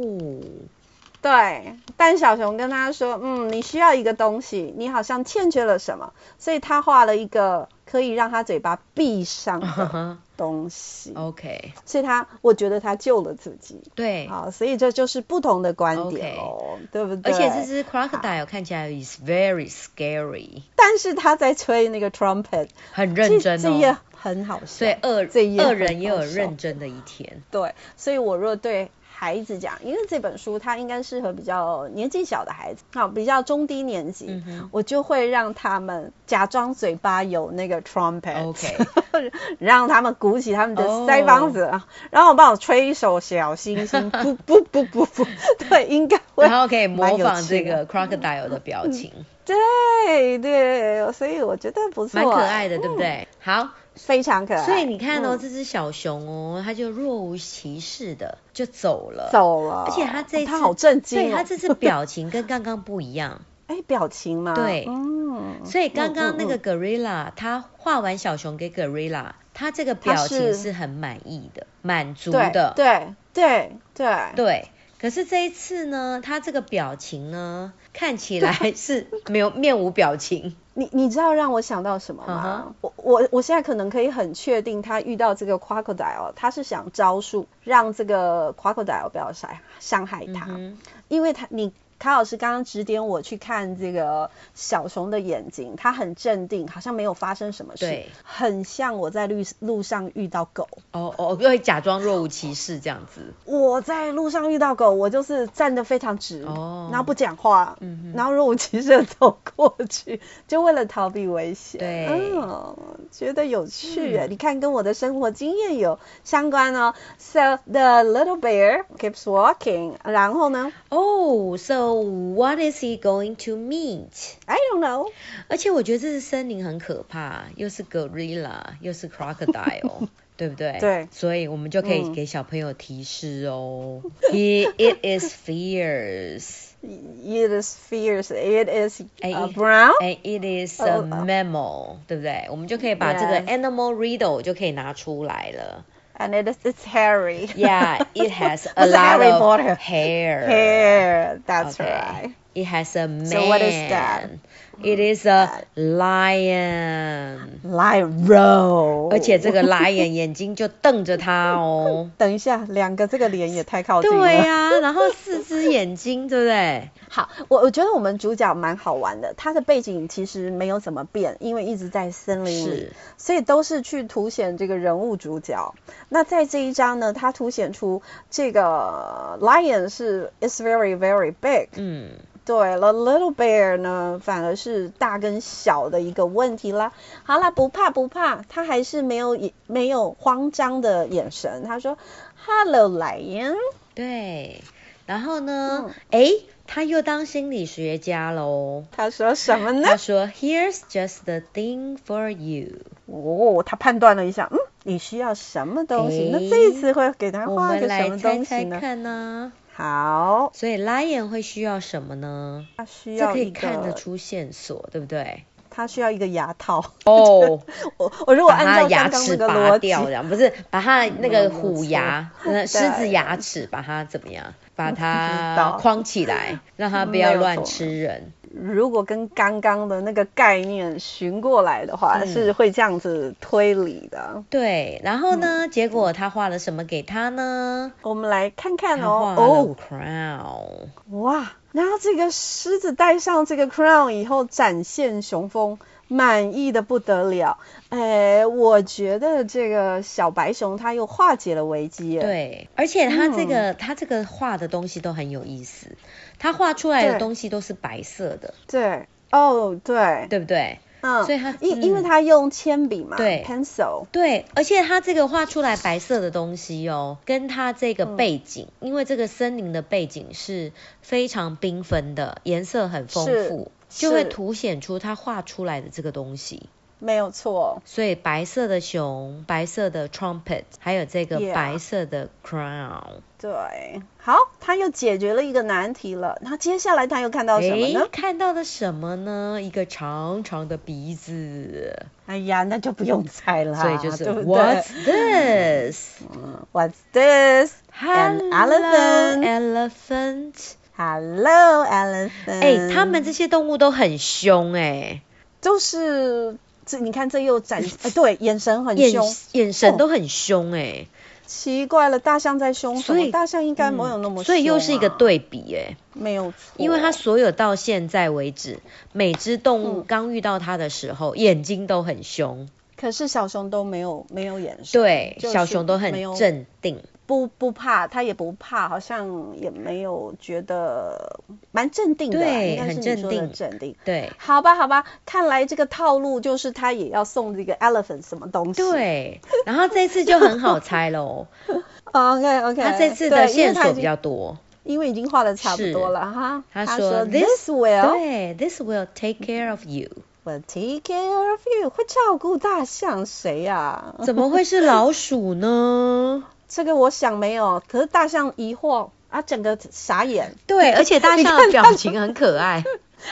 Speaker 3: 对，但小熊跟他说，嗯，你需要一个东西，你好像欠缺了什么，所以他画了一个可以让他嘴巴闭上的东西，
Speaker 2: 嗯 Uh-huh OK，
Speaker 3: 所以他我觉得他救了自己。
Speaker 2: 对，
Speaker 3: 好，所以这就是不同的观点
Speaker 2: OK
Speaker 3: 哦对不对？
Speaker 2: 而且这只 crocodile 看起来 is very scary，
Speaker 3: 但是他在吹那个 trumpet，
Speaker 2: 很认
Speaker 3: 这
Speaker 2: 真
Speaker 3: 这也
Speaker 2: 哦。
Speaker 3: 很好笑。
Speaker 2: 所以恶
Speaker 3: 这也
Speaker 2: 恶
Speaker 3: 很
Speaker 2: 人也有
Speaker 3: 好笑
Speaker 2: 认真的一天，
Speaker 3: 对，所以我若对孩子讲，因为这本书它应该适合比较年纪小的孩子，啊，比较中低年级，
Speaker 2: 嗯哼
Speaker 3: 我就会让他们假装嘴巴有那个 trumpet，、
Speaker 2: OK
Speaker 3: 让他们鼓起他们的
Speaker 2: 哦
Speaker 3: 腮帮子啊然后帮我吹一首《小 星星》，不不不不不，对，应该会，
Speaker 2: 然后可以模
Speaker 3: 蛮有
Speaker 2: 仿
Speaker 3: 趣
Speaker 2: 这
Speaker 3: 的嗯
Speaker 2: 个 crocodile 的表情，
Speaker 3: 对对，所以我觉得不错，
Speaker 2: 蛮可爱的，对不？对？好，
Speaker 3: 非常可爱。
Speaker 2: 所以你看哦，
Speaker 3: 嗯
Speaker 2: 这只小熊哦，它就若无其事的就走了，，
Speaker 3: 走了，
Speaker 2: 而且它这
Speaker 3: 哦
Speaker 2: 次
Speaker 3: 他好震惊哦，
Speaker 2: 对，它这次表情跟刚刚不一样。
Speaker 3: 哎表情嘛，
Speaker 2: 对
Speaker 3: 嗯，
Speaker 2: 所以刚刚那
Speaker 3: 嗯
Speaker 2: 个
Speaker 3: 嗯
Speaker 2: gorilla，他画完小熊给 gorilla，他这个表
Speaker 3: 它
Speaker 2: 情
Speaker 3: 是
Speaker 2: 是很满意的、满足
Speaker 3: 对
Speaker 2: 的，
Speaker 3: 对对对
Speaker 2: 对哎可是这一次呢，他这个表情呢，看起 来是没有面无表情。
Speaker 3: 你你知道让我想到什么
Speaker 2: 嗯
Speaker 3: 吗？我我我现在可能可以很确定，他遇到这个 crocodile，他是想招数让这个 crocodile 不要伤伤害他，
Speaker 2: 嗯
Speaker 3: 因为他你卡老师刚刚指点我去看这个小熊的眼睛，他很镇定，好像没有发生什么事
Speaker 2: 对，
Speaker 3: 很像我在路路上遇到狗。
Speaker 2: 哦哦，会假装若无其事这样子。
Speaker 3: 我在路上遇到狗，我就是站得非常直，
Speaker 2: 哦
Speaker 3: 然后不讲话，
Speaker 2: 嗯
Speaker 3: 然后若无其事的走过去，就为了逃避危险。
Speaker 2: 对
Speaker 3: 嗯，觉得有趣耶、
Speaker 2: 嗯
Speaker 3: 你看，跟我的生活经验有相关哦。So the little bear keeps walking，然后呢
Speaker 2: 哦、s o what is he going to meet？
Speaker 3: ？I don't know，
Speaker 2: 而且我觉得这是森林很可怕，又是 gorilla，又是 crocodile，对不对？
Speaker 3: 对
Speaker 2: 所以我们就可以
Speaker 3: 嗯
Speaker 2: 给小朋友提示哦。He it is fierce
Speaker 3: ，it is fierce, it is、
Speaker 2: 哎
Speaker 3: uh, brown，
Speaker 2: and it is a
Speaker 3: 哦哦
Speaker 2: mammal，对不对？我们就可以把这个
Speaker 3: Yes
Speaker 2: animal riddle 就可以拿出来了。
Speaker 3: and it is it's hairy.
Speaker 2: Yeah, it has
Speaker 3: 不
Speaker 2: a
Speaker 3: 是
Speaker 2: lot
Speaker 3: Harry
Speaker 2: of
Speaker 3: Potter.
Speaker 2: hair.
Speaker 3: Hair, that's
Speaker 2: Okay.
Speaker 3: right.
Speaker 2: It has a man.
Speaker 3: So what is that?
Speaker 2: It is a lion.
Speaker 3: Lion roll，
Speaker 2: 而且这个 lion 眼睛就瞪着他哦。
Speaker 3: 等一下，两个这个脸也太靠近了。
Speaker 2: 对呀、然后四只眼睛，对不对？
Speaker 3: 好，我我觉得我们主角蛮好玩的，他的背景其实没有怎么变，因为一直在森林里
Speaker 2: 是，，
Speaker 3: 所以都是去凸显这个人物主角。那在这一章呢，他凸显出这个 lion 是 is very very big，
Speaker 2: 嗯，
Speaker 3: 对了，little bear 呢反而是大跟小的一个问题啦。好啦，不怕不怕，他还是没有眼没有慌张的眼神，他说 hello lion，
Speaker 2: 对。然后
Speaker 3: 嗯
Speaker 2: 呢，诶，他又当心理学家喽。
Speaker 3: 他说什么呢
Speaker 2: 他？说：“Here's just the thing for you。
Speaker 3: 哦，他判断了一下，嗯，你需要什么东西？那
Speaker 2: 诶
Speaker 3: 这一次会给”他
Speaker 2: 我
Speaker 3: 画一
Speaker 2: 们
Speaker 3: 个什
Speaker 2: 来
Speaker 3: 么
Speaker 2: 猜
Speaker 3: 东西
Speaker 2: 猜
Speaker 3: 呢？
Speaker 2: 看呢、
Speaker 3: 好，
Speaker 2: 所以 lion 会需要什么呢？
Speaker 3: 他需
Speaker 2: 这
Speaker 3: 要
Speaker 2: 可以
Speaker 3: 一
Speaker 2: 看得
Speaker 3: 个，
Speaker 2: 出线索，对不 对？
Speaker 3: 他需要一个牙套。
Speaker 2: 哦，
Speaker 3: 我我如果
Speaker 2: 把
Speaker 3: 按
Speaker 2: 它
Speaker 3: 照
Speaker 2: 的牙
Speaker 3: 刚刚
Speaker 2: 齿
Speaker 3: 那个
Speaker 2: 拔
Speaker 3: 逻
Speaker 2: 掉，这
Speaker 3: 辑，
Speaker 2: 样不是把它那
Speaker 3: 没有
Speaker 2: 个
Speaker 3: 错
Speaker 2: 虎牙、呃狮子牙齿，把它怎么样？把
Speaker 3: 知
Speaker 2: 它
Speaker 3: 道
Speaker 2: 框起来，让它不要乱吃人。
Speaker 3: 如果跟刚刚的那个概念寻过来的话，
Speaker 2: 嗯
Speaker 3: 是会这样子推理的。
Speaker 2: 对，然后
Speaker 3: 嗯
Speaker 2: 呢？结果他画了什么给他呢？
Speaker 3: 我们来看
Speaker 2: 他
Speaker 3: 看
Speaker 2: 画
Speaker 3: 哦，
Speaker 2: 了
Speaker 3: 哦，
Speaker 2: crown，
Speaker 3: 哇，然后这个狮子戴上这个 crown 以后，展现雄风，满意的不得了。哎，我觉得这个小白熊它又化解了危机耶。
Speaker 2: 对，而且他这
Speaker 3: 嗯
Speaker 2: 个、他这个画的东西都很有意思，他画出来
Speaker 3: 对
Speaker 2: 的东西都是白色的，
Speaker 3: 对，哦，对，
Speaker 2: 对不对？
Speaker 3: 嗯，
Speaker 2: 所以它
Speaker 3: 因因为
Speaker 2: 嗯
Speaker 3: 它用铅笔嘛，
Speaker 2: 对
Speaker 3: ，pencil，
Speaker 2: 对，而且它这个画出来白色的东西哦，跟它这
Speaker 3: 嗯
Speaker 2: 个背景，因为这个森林的背景是非常缤纷的，颜色很丰富，
Speaker 3: 是
Speaker 2: 就会凸显出它画出来的这个东西。
Speaker 3: 没有错，
Speaker 2: 所以白色的熊，白色的 trumpet，还有这个
Speaker 3: Yeah
Speaker 2: 白色的 crown。
Speaker 3: 对，好，它又解决了一个难题了。那接下来它又看到什么
Speaker 2: 诶，
Speaker 3: 呢？
Speaker 2: 看到了什么呢？一个长长的鼻子，
Speaker 3: 哎呀，那就不用猜啦，
Speaker 2: 所以就是
Speaker 3: 对不对
Speaker 2: What's this？
Speaker 3: What's this?
Speaker 2: Hello,
Speaker 3: elephant.
Speaker 2: elephant.
Speaker 3: Hello, elephant。
Speaker 2: 哎、他们这些动物都很凶哎、
Speaker 3: 就是这，你看这又展，哎对，眼神
Speaker 2: 嗯
Speaker 3: 很
Speaker 2: 眼
Speaker 3: 凶，
Speaker 2: 眼
Speaker 3: 哦
Speaker 2: 神都很凶哎、
Speaker 3: 奇怪了，大象在凶什
Speaker 2: 所
Speaker 3: 么？
Speaker 2: 以嗯
Speaker 3: 大象应该没有那么凶、啊
Speaker 2: 所以又是一个，对比哎、
Speaker 3: 没有错，
Speaker 2: 因为它所有到现在为止，每只动
Speaker 3: 嗯
Speaker 2: 物刚遇到它的时候，眼睛都很凶，
Speaker 3: 可是小熊都没有没有眼神，
Speaker 2: 对，
Speaker 3: 就是
Speaker 2: 小熊都
Speaker 3: 没有
Speaker 2: 很镇定，
Speaker 3: 不不怕，它也不怕，好像也没有觉得蛮镇定的啦，
Speaker 2: 对
Speaker 3: 应该是
Speaker 2: 很
Speaker 3: 你说的
Speaker 2: 镇定
Speaker 3: 镇定。
Speaker 2: 对
Speaker 3: 好吧，好吧，看来这个套路就是他也要送这个 elephant 什么东西。
Speaker 2: 对。然后这次就很好猜喽，
Speaker 3: ，OK OK。
Speaker 2: 它这次的线索比
Speaker 3: 较。
Speaker 2: 较多。
Speaker 3: 因为已经画的差不
Speaker 2: 是
Speaker 3: 多了哈。
Speaker 2: 他
Speaker 3: 他
Speaker 2: 说
Speaker 3: This will，
Speaker 2: 对，this will take care of you。
Speaker 3: will take care of you，会照顾大象 谁呀、
Speaker 2: 怎么会是老鼠 呢？
Speaker 3: 这个我想没有，可是大象疑惑啊，整个傻 眼，
Speaker 2: 对，而且大象的表情很可爱。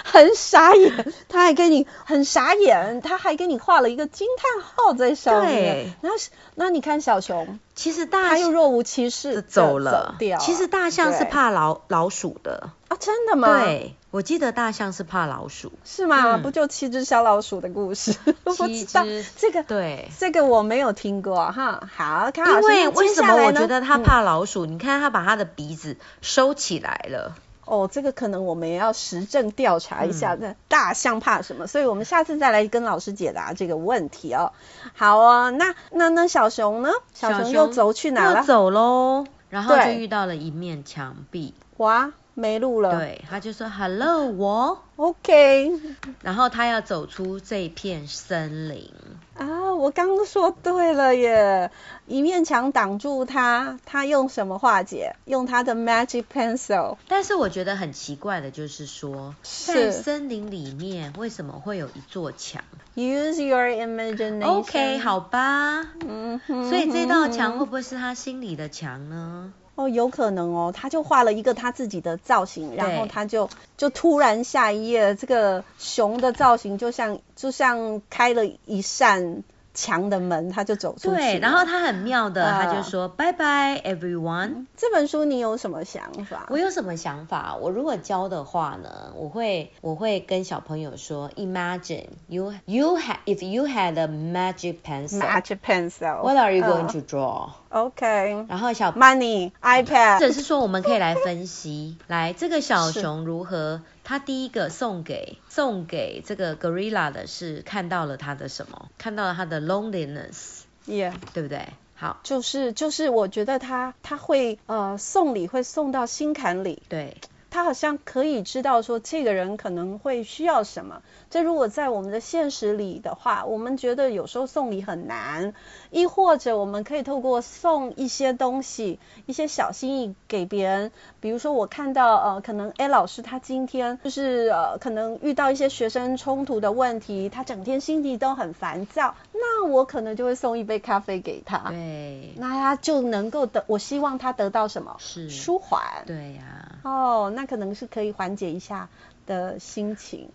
Speaker 3: 很傻眼，他还跟你很傻眼，他还给你画了一个惊叹号在上面
Speaker 2: 对。
Speaker 3: 那是那你看小熊，
Speaker 2: 其实大
Speaker 3: 他又
Speaker 2: 象
Speaker 3: 若无其事
Speaker 2: 是
Speaker 3: 地
Speaker 2: 走了
Speaker 3: 走掉啊。
Speaker 2: 其实大象是
Speaker 3: 对
Speaker 2: 怕老老鼠的。
Speaker 3: 啊，真的吗？，
Speaker 2: 对，我记得大象是怕老鼠。
Speaker 3: 是吗？
Speaker 2: 嗯
Speaker 3: 不就七只小老鼠的故事？我 不知道
Speaker 2: 七只
Speaker 3: 这个，
Speaker 2: 对，
Speaker 3: 这个我没有听过啊哈。好，
Speaker 2: 因
Speaker 3: 卡老师
Speaker 2: 为
Speaker 3: 那
Speaker 2: 为
Speaker 3: 接
Speaker 2: 什
Speaker 3: 下
Speaker 2: 么
Speaker 3: 来
Speaker 2: 我
Speaker 3: 呢
Speaker 2: 觉得它
Speaker 3: 嗯
Speaker 2: 怕老鼠？你看它把它的鼻子收起来了。
Speaker 3: 哦，这个可能我们也要实证调查一下，
Speaker 2: 嗯
Speaker 3: 那、大象怕什么？所以我们下次再来跟老师解答这个问题哦。好哦，那那那小熊呢？小熊又走去哪
Speaker 2: 又
Speaker 3: 了？
Speaker 2: 走喽，然后就
Speaker 3: 对
Speaker 2: 遇到了一面墙壁。
Speaker 3: 哇，没路了。
Speaker 2: 对，他就说 “hello 我
Speaker 3: 哦 OK，”，
Speaker 2: 然后他要走出这片森林。
Speaker 3: 啊，我刚刚说对了耶！一面墙挡住它，它用什么化解？用它的 magic pencil。
Speaker 2: 但是我觉得很奇怪的就是说，在
Speaker 3: 是
Speaker 2: 森林里面为什么会有一座墙
Speaker 3: use your imagination。
Speaker 2: ？OK，。好吧。
Speaker 3: 嗯哼
Speaker 2: 所以这道墙
Speaker 3: 哼
Speaker 2: 会不会是他心里的墙呢？
Speaker 3: 哦，有可能哦，他就画了一个他自己的造型，然后
Speaker 2: 对
Speaker 3: 他就就突然下一页，这个熊的造型就像就像开了一扇墙的门，他就走出去了。
Speaker 2: 对，哎然后他很妙的，
Speaker 3: 啊
Speaker 2: 他
Speaker 3: 嗯
Speaker 2: 就说拜拜 everyone。
Speaker 3: 这本书你有什么想法？
Speaker 2: 我有什么想法？我如果教的话呢，我会我会跟小朋友说，Imagine you you had if you had a magic pencil,
Speaker 3: Magic pencil. 呃
Speaker 2: what are you going to draw？、
Speaker 3: OK.
Speaker 2: 然后小
Speaker 3: money,
Speaker 2: 或
Speaker 3: iPad.
Speaker 2: 者是说，我们可以来分析，来这个小熊如何？他第一个送给送给这个 gorilla 的是看到了他的什么？看到了他的 loneliness，
Speaker 3: Yeah.
Speaker 2: 对不对？好，
Speaker 3: 就是就是，我觉得他他会呃送礼会送到心坎里，
Speaker 2: 对，
Speaker 3: 他好像可以知道说这个人可能会需要什么。这如果在我们的现实里的话，我们觉得有时候送礼很难，亦或者我们可以透过送一些东西、一些小心意给别人。比如说，我看到呃，可能 A 老师他今天就是呃，可能遇到一些学生冲突的问题，他整天心里都很烦躁，那我可能就会送一杯咖啡给他。
Speaker 2: 对，
Speaker 3: 那他就能够得，我希望他得到什么？
Speaker 2: 是
Speaker 3: 舒缓。
Speaker 2: 对呀、
Speaker 3: 哦，那可能是可以缓解一下的心情。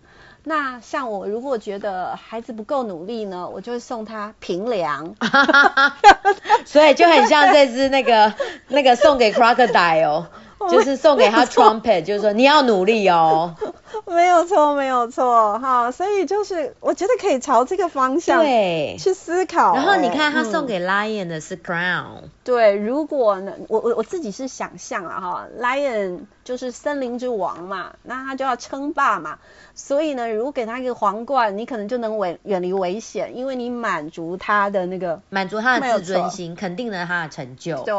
Speaker 3: 那像我如果觉得孩子不够努力呢，我就会送他平凉。
Speaker 2: 所以就很像这只那个 那个送给 crocodile，就是
Speaker 3: Oh
Speaker 2: 送给他 trumpet，就是说你要努力 哦。
Speaker 3: 没有错，没有错，哈。所以就是我觉得可以朝这个方向
Speaker 2: 对。
Speaker 3: 去思考、
Speaker 2: 然后你
Speaker 3: 哎
Speaker 2: 看他
Speaker 3: 嗯
Speaker 2: 送给 lion 的是 crown，
Speaker 3: 对，如果呢，我我我自己是想象啊哈，lion 就是森林之王嘛，那他就要称霸嘛，所以呢，如果给他一个皇冠，你可能就能远远离危险，因为你满足他的那个，
Speaker 2: 满足他
Speaker 3: 没有
Speaker 2: 的自尊心，肯定了他的成就。
Speaker 3: 对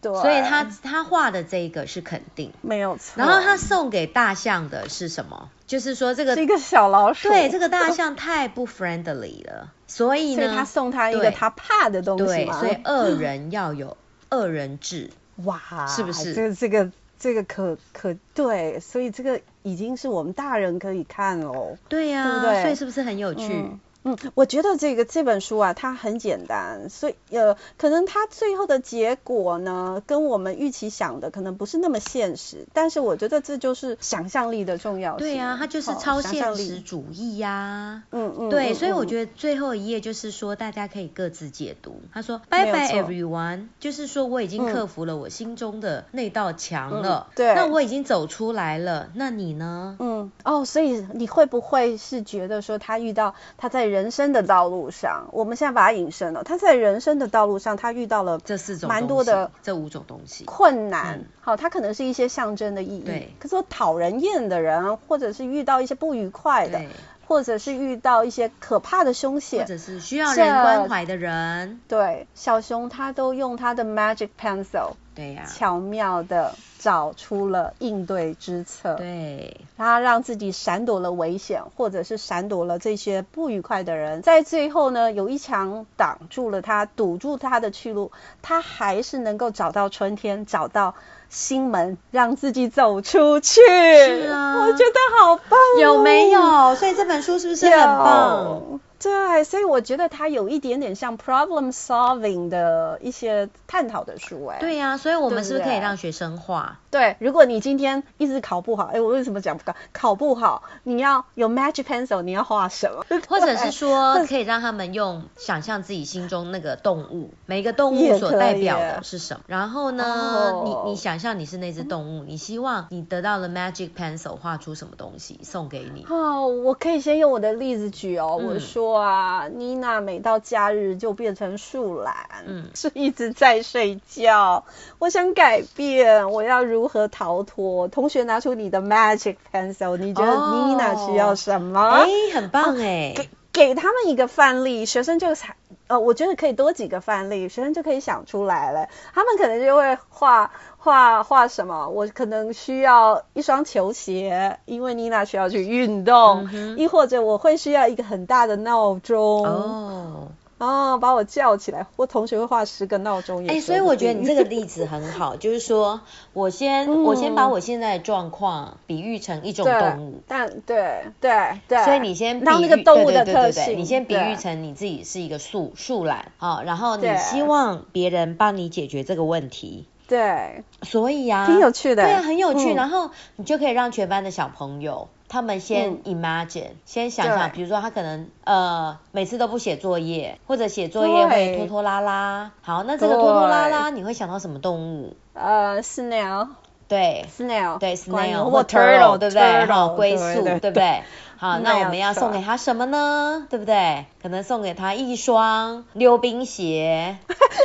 Speaker 3: 对，
Speaker 2: 所以他他画的这个是肯定。
Speaker 3: 没有错。
Speaker 2: 然后他送给大象的是什么？就是说这
Speaker 3: 是一
Speaker 2: 个
Speaker 3: 个小老鼠，
Speaker 2: 对这个大象太不 friendly 了，所以
Speaker 3: 所以
Speaker 2: 呢，
Speaker 3: 他送他一个
Speaker 2: 对
Speaker 3: 他怕的东西
Speaker 2: 对，
Speaker 3: 嘛，啊
Speaker 2: 所以恶人要有恶人治。
Speaker 3: 哇，
Speaker 2: 是不是
Speaker 3: 这这个这个可可对，所以这个已经是我们大人可以看喽。
Speaker 2: 对呀、
Speaker 3: 对不对
Speaker 2: 所以是不是很有趣？
Speaker 3: 嗯嗯，我觉得这个这本书啊，它很简单，所以呃，可能它最后的结果呢，跟我们预期想的可能不是那么现实，但是我觉得这就是想象力的重要性。
Speaker 2: 对呀、它就是
Speaker 3: 哦
Speaker 2: 超
Speaker 3: 想
Speaker 2: 现
Speaker 3: 象力
Speaker 2: 实主义呀、
Speaker 3: 嗯嗯，
Speaker 2: 对，
Speaker 3: 嗯
Speaker 2: 所以我
Speaker 3: 嗯
Speaker 2: 觉得最后一页就是说，大家可以各自解读。他说：“
Speaker 3: 没
Speaker 2: 拜
Speaker 3: 有
Speaker 2: 拜
Speaker 3: 错
Speaker 2: everyone，就是说我已经
Speaker 3: 嗯
Speaker 2: 克服了我心中的那道墙了
Speaker 3: 嗯，对
Speaker 2: 那我已经走出来了，那你呢？
Speaker 3: 嗯，哦，所以你会不会是觉得说他遇到他在人生的道路上，我们现在把它引申了，他在人生的道路上，他遇到了
Speaker 2: 这四种
Speaker 3: 蛮
Speaker 2: 东
Speaker 3: 多
Speaker 2: 西
Speaker 3: 的
Speaker 2: 这五种东西，
Speaker 3: 困难
Speaker 2: 嗯，
Speaker 3: 好、它可能是一些象征的意义，
Speaker 2: 对
Speaker 3: 可是我讨人厌的人，啊或者是遇到一些不愉快的
Speaker 2: 对，，
Speaker 3: 或者是遇到一些可怕的凶
Speaker 2: 或
Speaker 3: 险，
Speaker 2: 者是需要
Speaker 3: 这
Speaker 2: 人关怀的人，
Speaker 3: 对，小熊他都用他的 magic pencil
Speaker 2: 对呀、
Speaker 3: 巧妙的找出了应对之策，
Speaker 2: 对，
Speaker 3: 他让自己闪躲了危险，或者是闪躲了这些不愉快的人，在最后呢，有一墙挡住了他，堵住他的去路，他还是能够找到春天，找到心门，让自己走出去。是
Speaker 2: 啊
Speaker 3: 我觉得好棒、哦，
Speaker 2: 有没？有？所以这本书是不是很棒？
Speaker 3: 有。对，所以我觉得它有一点点像 problem solving 的一些探讨的书、哎，
Speaker 2: 对呀、所以我们是不是
Speaker 3: 对不
Speaker 2: 可以
Speaker 3: 对
Speaker 2: 让学生画？
Speaker 3: 对，如果你今天一直考不好，哎，我为什么讲不考？考不好，你要有 magic pencil，你要画什么？
Speaker 2: 或者是说，可以让他们用想象自己心中那个动物，每个动物
Speaker 3: 也
Speaker 2: 所
Speaker 3: 可
Speaker 2: 代
Speaker 3: 以
Speaker 2: 表
Speaker 3: 耶
Speaker 2: 的是什么。然后呢，
Speaker 3: 哦
Speaker 2: 你你想象你是那只动物，你希望你得到了 magic pencil 画出什么东西送给你。
Speaker 3: 哦，我可以先用我的例子举哦。
Speaker 2: 嗯
Speaker 3: 我说啊，妮娜每到假日就变成树懒，
Speaker 2: 嗯
Speaker 3: 是一直在睡觉。我想改变，我要如何逃脱？同学拿出你的 magic pencil，你觉得
Speaker 2: 哦
Speaker 3: 妮娜需要什么？
Speaker 2: 哎、很棒哎、
Speaker 3: 啊给给他们一个范例，学生就才呃，我觉得可以多几个范例，学生就可以想出来了。他们可能就会画画画什么，我可能需要一双球鞋，因为妮娜需要去运动
Speaker 2: 嗯，哼
Speaker 3: 亦、或者我会需要一个很大的闹钟，
Speaker 2: 哦，
Speaker 3: 哦，把我叫起来。我同学会画十个闹钟也
Speaker 2: 哎、
Speaker 3: 说不定，
Speaker 2: 所以我觉得你这个例子很好，就是说我先、我先把我现在的状况比喻成一种
Speaker 3: 嗯对
Speaker 2: 动物，，
Speaker 3: 但对对对，
Speaker 2: 所以你先比
Speaker 3: 让
Speaker 2: 喻
Speaker 3: 那个动物
Speaker 2: 对
Speaker 3: 的
Speaker 2: 对对
Speaker 3: 特
Speaker 2: 对对
Speaker 3: 性，
Speaker 2: 你先比喻
Speaker 3: 对
Speaker 2: 成你自己是一个树树懒啊、哦然后你
Speaker 3: 对
Speaker 2: 希望别人帮你解决这个问题，
Speaker 3: 对，
Speaker 2: 所以啊，
Speaker 3: 挺有趣的
Speaker 2: 对啊，很有趣。
Speaker 3: 嗯
Speaker 2: 然后你就可以让全班的小朋友。他们先 imagine，、先想想，
Speaker 3: 嗯对
Speaker 2: 比如说他可能呃每次都不写作业，或者写作业会
Speaker 3: 对
Speaker 2: 拖拖拉拉。好，那这个拖拖拉拉你会想到什么动物？
Speaker 3: 呃，是那样。
Speaker 2: 对，
Speaker 3: snail，
Speaker 2: 对
Speaker 3: 关于
Speaker 2: ，snail
Speaker 3: 或 turtle，
Speaker 2: 对不对？哈，龟
Speaker 3: 对
Speaker 2: 宿，
Speaker 3: 对
Speaker 2: 对不对？ 好，那
Speaker 3: Snail
Speaker 2: 我们要送
Speaker 3: 是吧
Speaker 2: 给他什么呢？对不对？可能送给他一双溜冰鞋。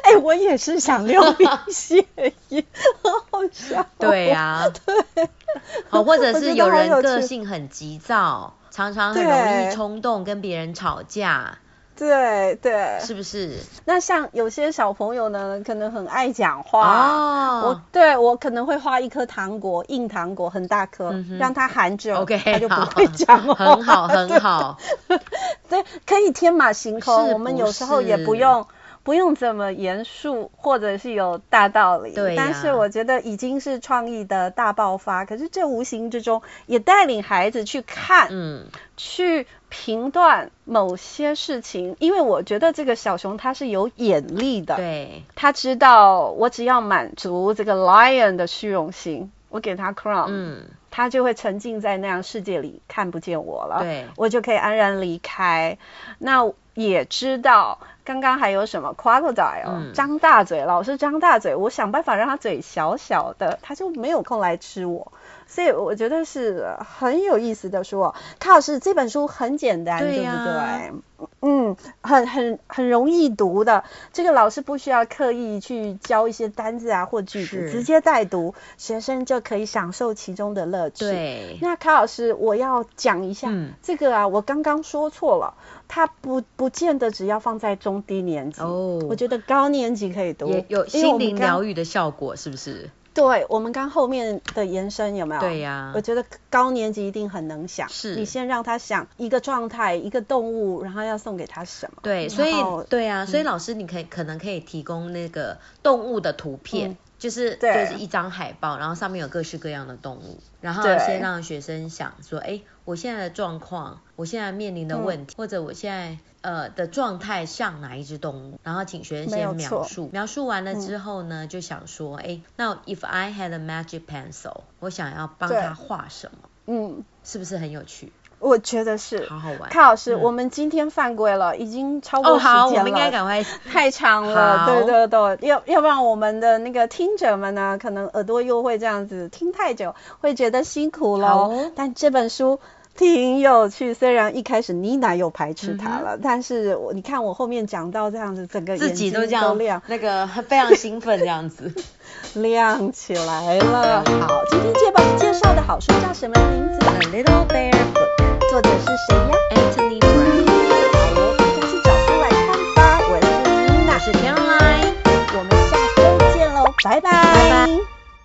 Speaker 3: 哎、我也是想溜冰鞋耶，好 好笑。 哦
Speaker 2: 对呀、好，或者
Speaker 3: 我觉
Speaker 2: 是
Speaker 3: 得
Speaker 2: 有
Speaker 3: 好
Speaker 2: 人
Speaker 3: 有
Speaker 2: 个
Speaker 3: 趣
Speaker 2: 性很急躁，常常很容
Speaker 3: 对
Speaker 2: 易冲动，跟别人吵架，
Speaker 3: 对对，
Speaker 2: 是不是？
Speaker 3: 那像有些小朋友呢，可能很爱讲话。我
Speaker 2: 哦，
Speaker 3: 对我可能会画一颗糖果，硬糖果很大颗，
Speaker 2: 嗯哼
Speaker 3: 让他含着
Speaker 2: OK，
Speaker 3: 他就
Speaker 2: 好
Speaker 3: 不会讲话。
Speaker 2: 很好，很好，
Speaker 3: 对，可以天马行空。
Speaker 2: 是
Speaker 3: 我们
Speaker 2: 不
Speaker 3: 有时候也不
Speaker 2: 是
Speaker 3: 用不用这么严肃，或者是有大道理。
Speaker 2: 对呀
Speaker 3: 但是我觉得已经是创意的大爆发。可是这无形之中也带领孩子去看、
Speaker 2: 嗯，
Speaker 3: 去评断某些事情，因为我觉得这个小熊它是有眼力的。
Speaker 2: 对，
Speaker 3: 他知道我只要满足这个 lion 的虚荣心，我给他 crown，、
Speaker 2: 嗯，
Speaker 3: 他就会沉浸在那样世界里，看不见我了。
Speaker 2: 对，
Speaker 3: 我就可以安然离开。那也知道刚刚还有什么 crocodile，、
Speaker 2: 嗯
Speaker 3: 张大嘴，老是张大嘴，我想办法让他嘴小小的，他就没有空来吃我。所以我觉得是很有意思的书哦，卡老师这本书很简单，
Speaker 2: 对
Speaker 3: 对
Speaker 2: 呀
Speaker 3: 不对？嗯，很很很容易读的，这个老师不需要刻意去教一些单字啊或句子，
Speaker 2: 是
Speaker 3: 直接带读，学生就可以享受其中的乐趣。
Speaker 2: 对，
Speaker 3: 那卡老师，我要讲一下、
Speaker 2: 嗯
Speaker 3: 这个啊，我刚刚说错了，它不不见得只要放在中低年级，
Speaker 2: 哦
Speaker 3: 我觉得高年级可以读，
Speaker 2: 也有
Speaker 3: 因
Speaker 2: 心
Speaker 3: 为我们
Speaker 2: 灵
Speaker 3: 刚
Speaker 2: 疗愈的效果，是不是？
Speaker 3: 对我们刚后面的延伸有没有？
Speaker 2: 对呀
Speaker 3: 我觉得高年级一定很能想，
Speaker 2: 是
Speaker 3: 你先让他想一个状态、一个动物，然后要送给他什么？
Speaker 2: 对，
Speaker 3: 然
Speaker 2: 所以
Speaker 3: 后嗯
Speaker 2: 对啊，所以老师你可以可能可以提供那个动物的图片，
Speaker 3: 嗯
Speaker 2: 就是就
Speaker 3: 对
Speaker 2: 是一张海报，然后上面有各式各样的动物，然后
Speaker 3: 对
Speaker 2: 先让学生想说，哎，我现在的状况，我现在面临的问
Speaker 3: 嗯
Speaker 2: 题，或者我现在呃的状态像哪一只动物，然后请学生
Speaker 3: 没有
Speaker 2: 先描
Speaker 3: 错嗯
Speaker 2: 述，描述完了之后呢，就想说，哎，那 if I had a magic pencil，我想要帮
Speaker 3: 对
Speaker 2: 他画什么，
Speaker 3: 嗯，
Speaker 2: 是不是很有趣？
Speaker 3: 我觉得是。
Speaker 2: 好好玩。
Speaker 3: 卡老师，
Speaker 2: 嗯
Speaker 3: 我们今天犯规了，已经超过
Speaker 2: 哦，
Speaker 3: 时间
Speaker 2: 好，
Speaker 3: 了。
Speaker 2: 我们应该赶 快。
Speaker 3: 太长了，
Speaker 2: 好
Speaker 3: 对对对，要要不然我们的那个听者们呢，可能耳朵又会这样子听太久，会觉得辛苦
Speaker 2: 好
Speaker 3: 喽
Speaker 2: 哦。
Speaker 3: 但这本书挺有趣，虽然一开始妮娜又排斥
Speaker 2: 嗯
Speaker 3: 它
Speaker 2: 哼
Speaker 3: 了，但是我你看我后面讲到这样子，整个
Speaker 2: 自
Speaker 3: 眼
Speaker 2: 己
Speaker 3: 睛
Speaker 2: 都这
Speaker 3: 都
Speaker 2: 样
Speaker 3: 亮
Speaker 2: 那个非常兴奋这样 子。
Speaker 3: 亮起来了。
Speaker 2: 嗯
Speaker 3: 好，今天这本介绍的好书叫什么名字？
Speaker 2: A little bear book,
Speaker 3: 作者是谁呀？
Speaker 2: Anthony Brown。
Speaker 3: 好哦，大家去找出来看吧。我是妮
Speaker 2: 我
Speaker 3: 娜，
Speaker 2: 是 Caroline。
Speaker 3: 我们下周见喽，
Speaker 4: 拜拜
Speaker 3: 拜拜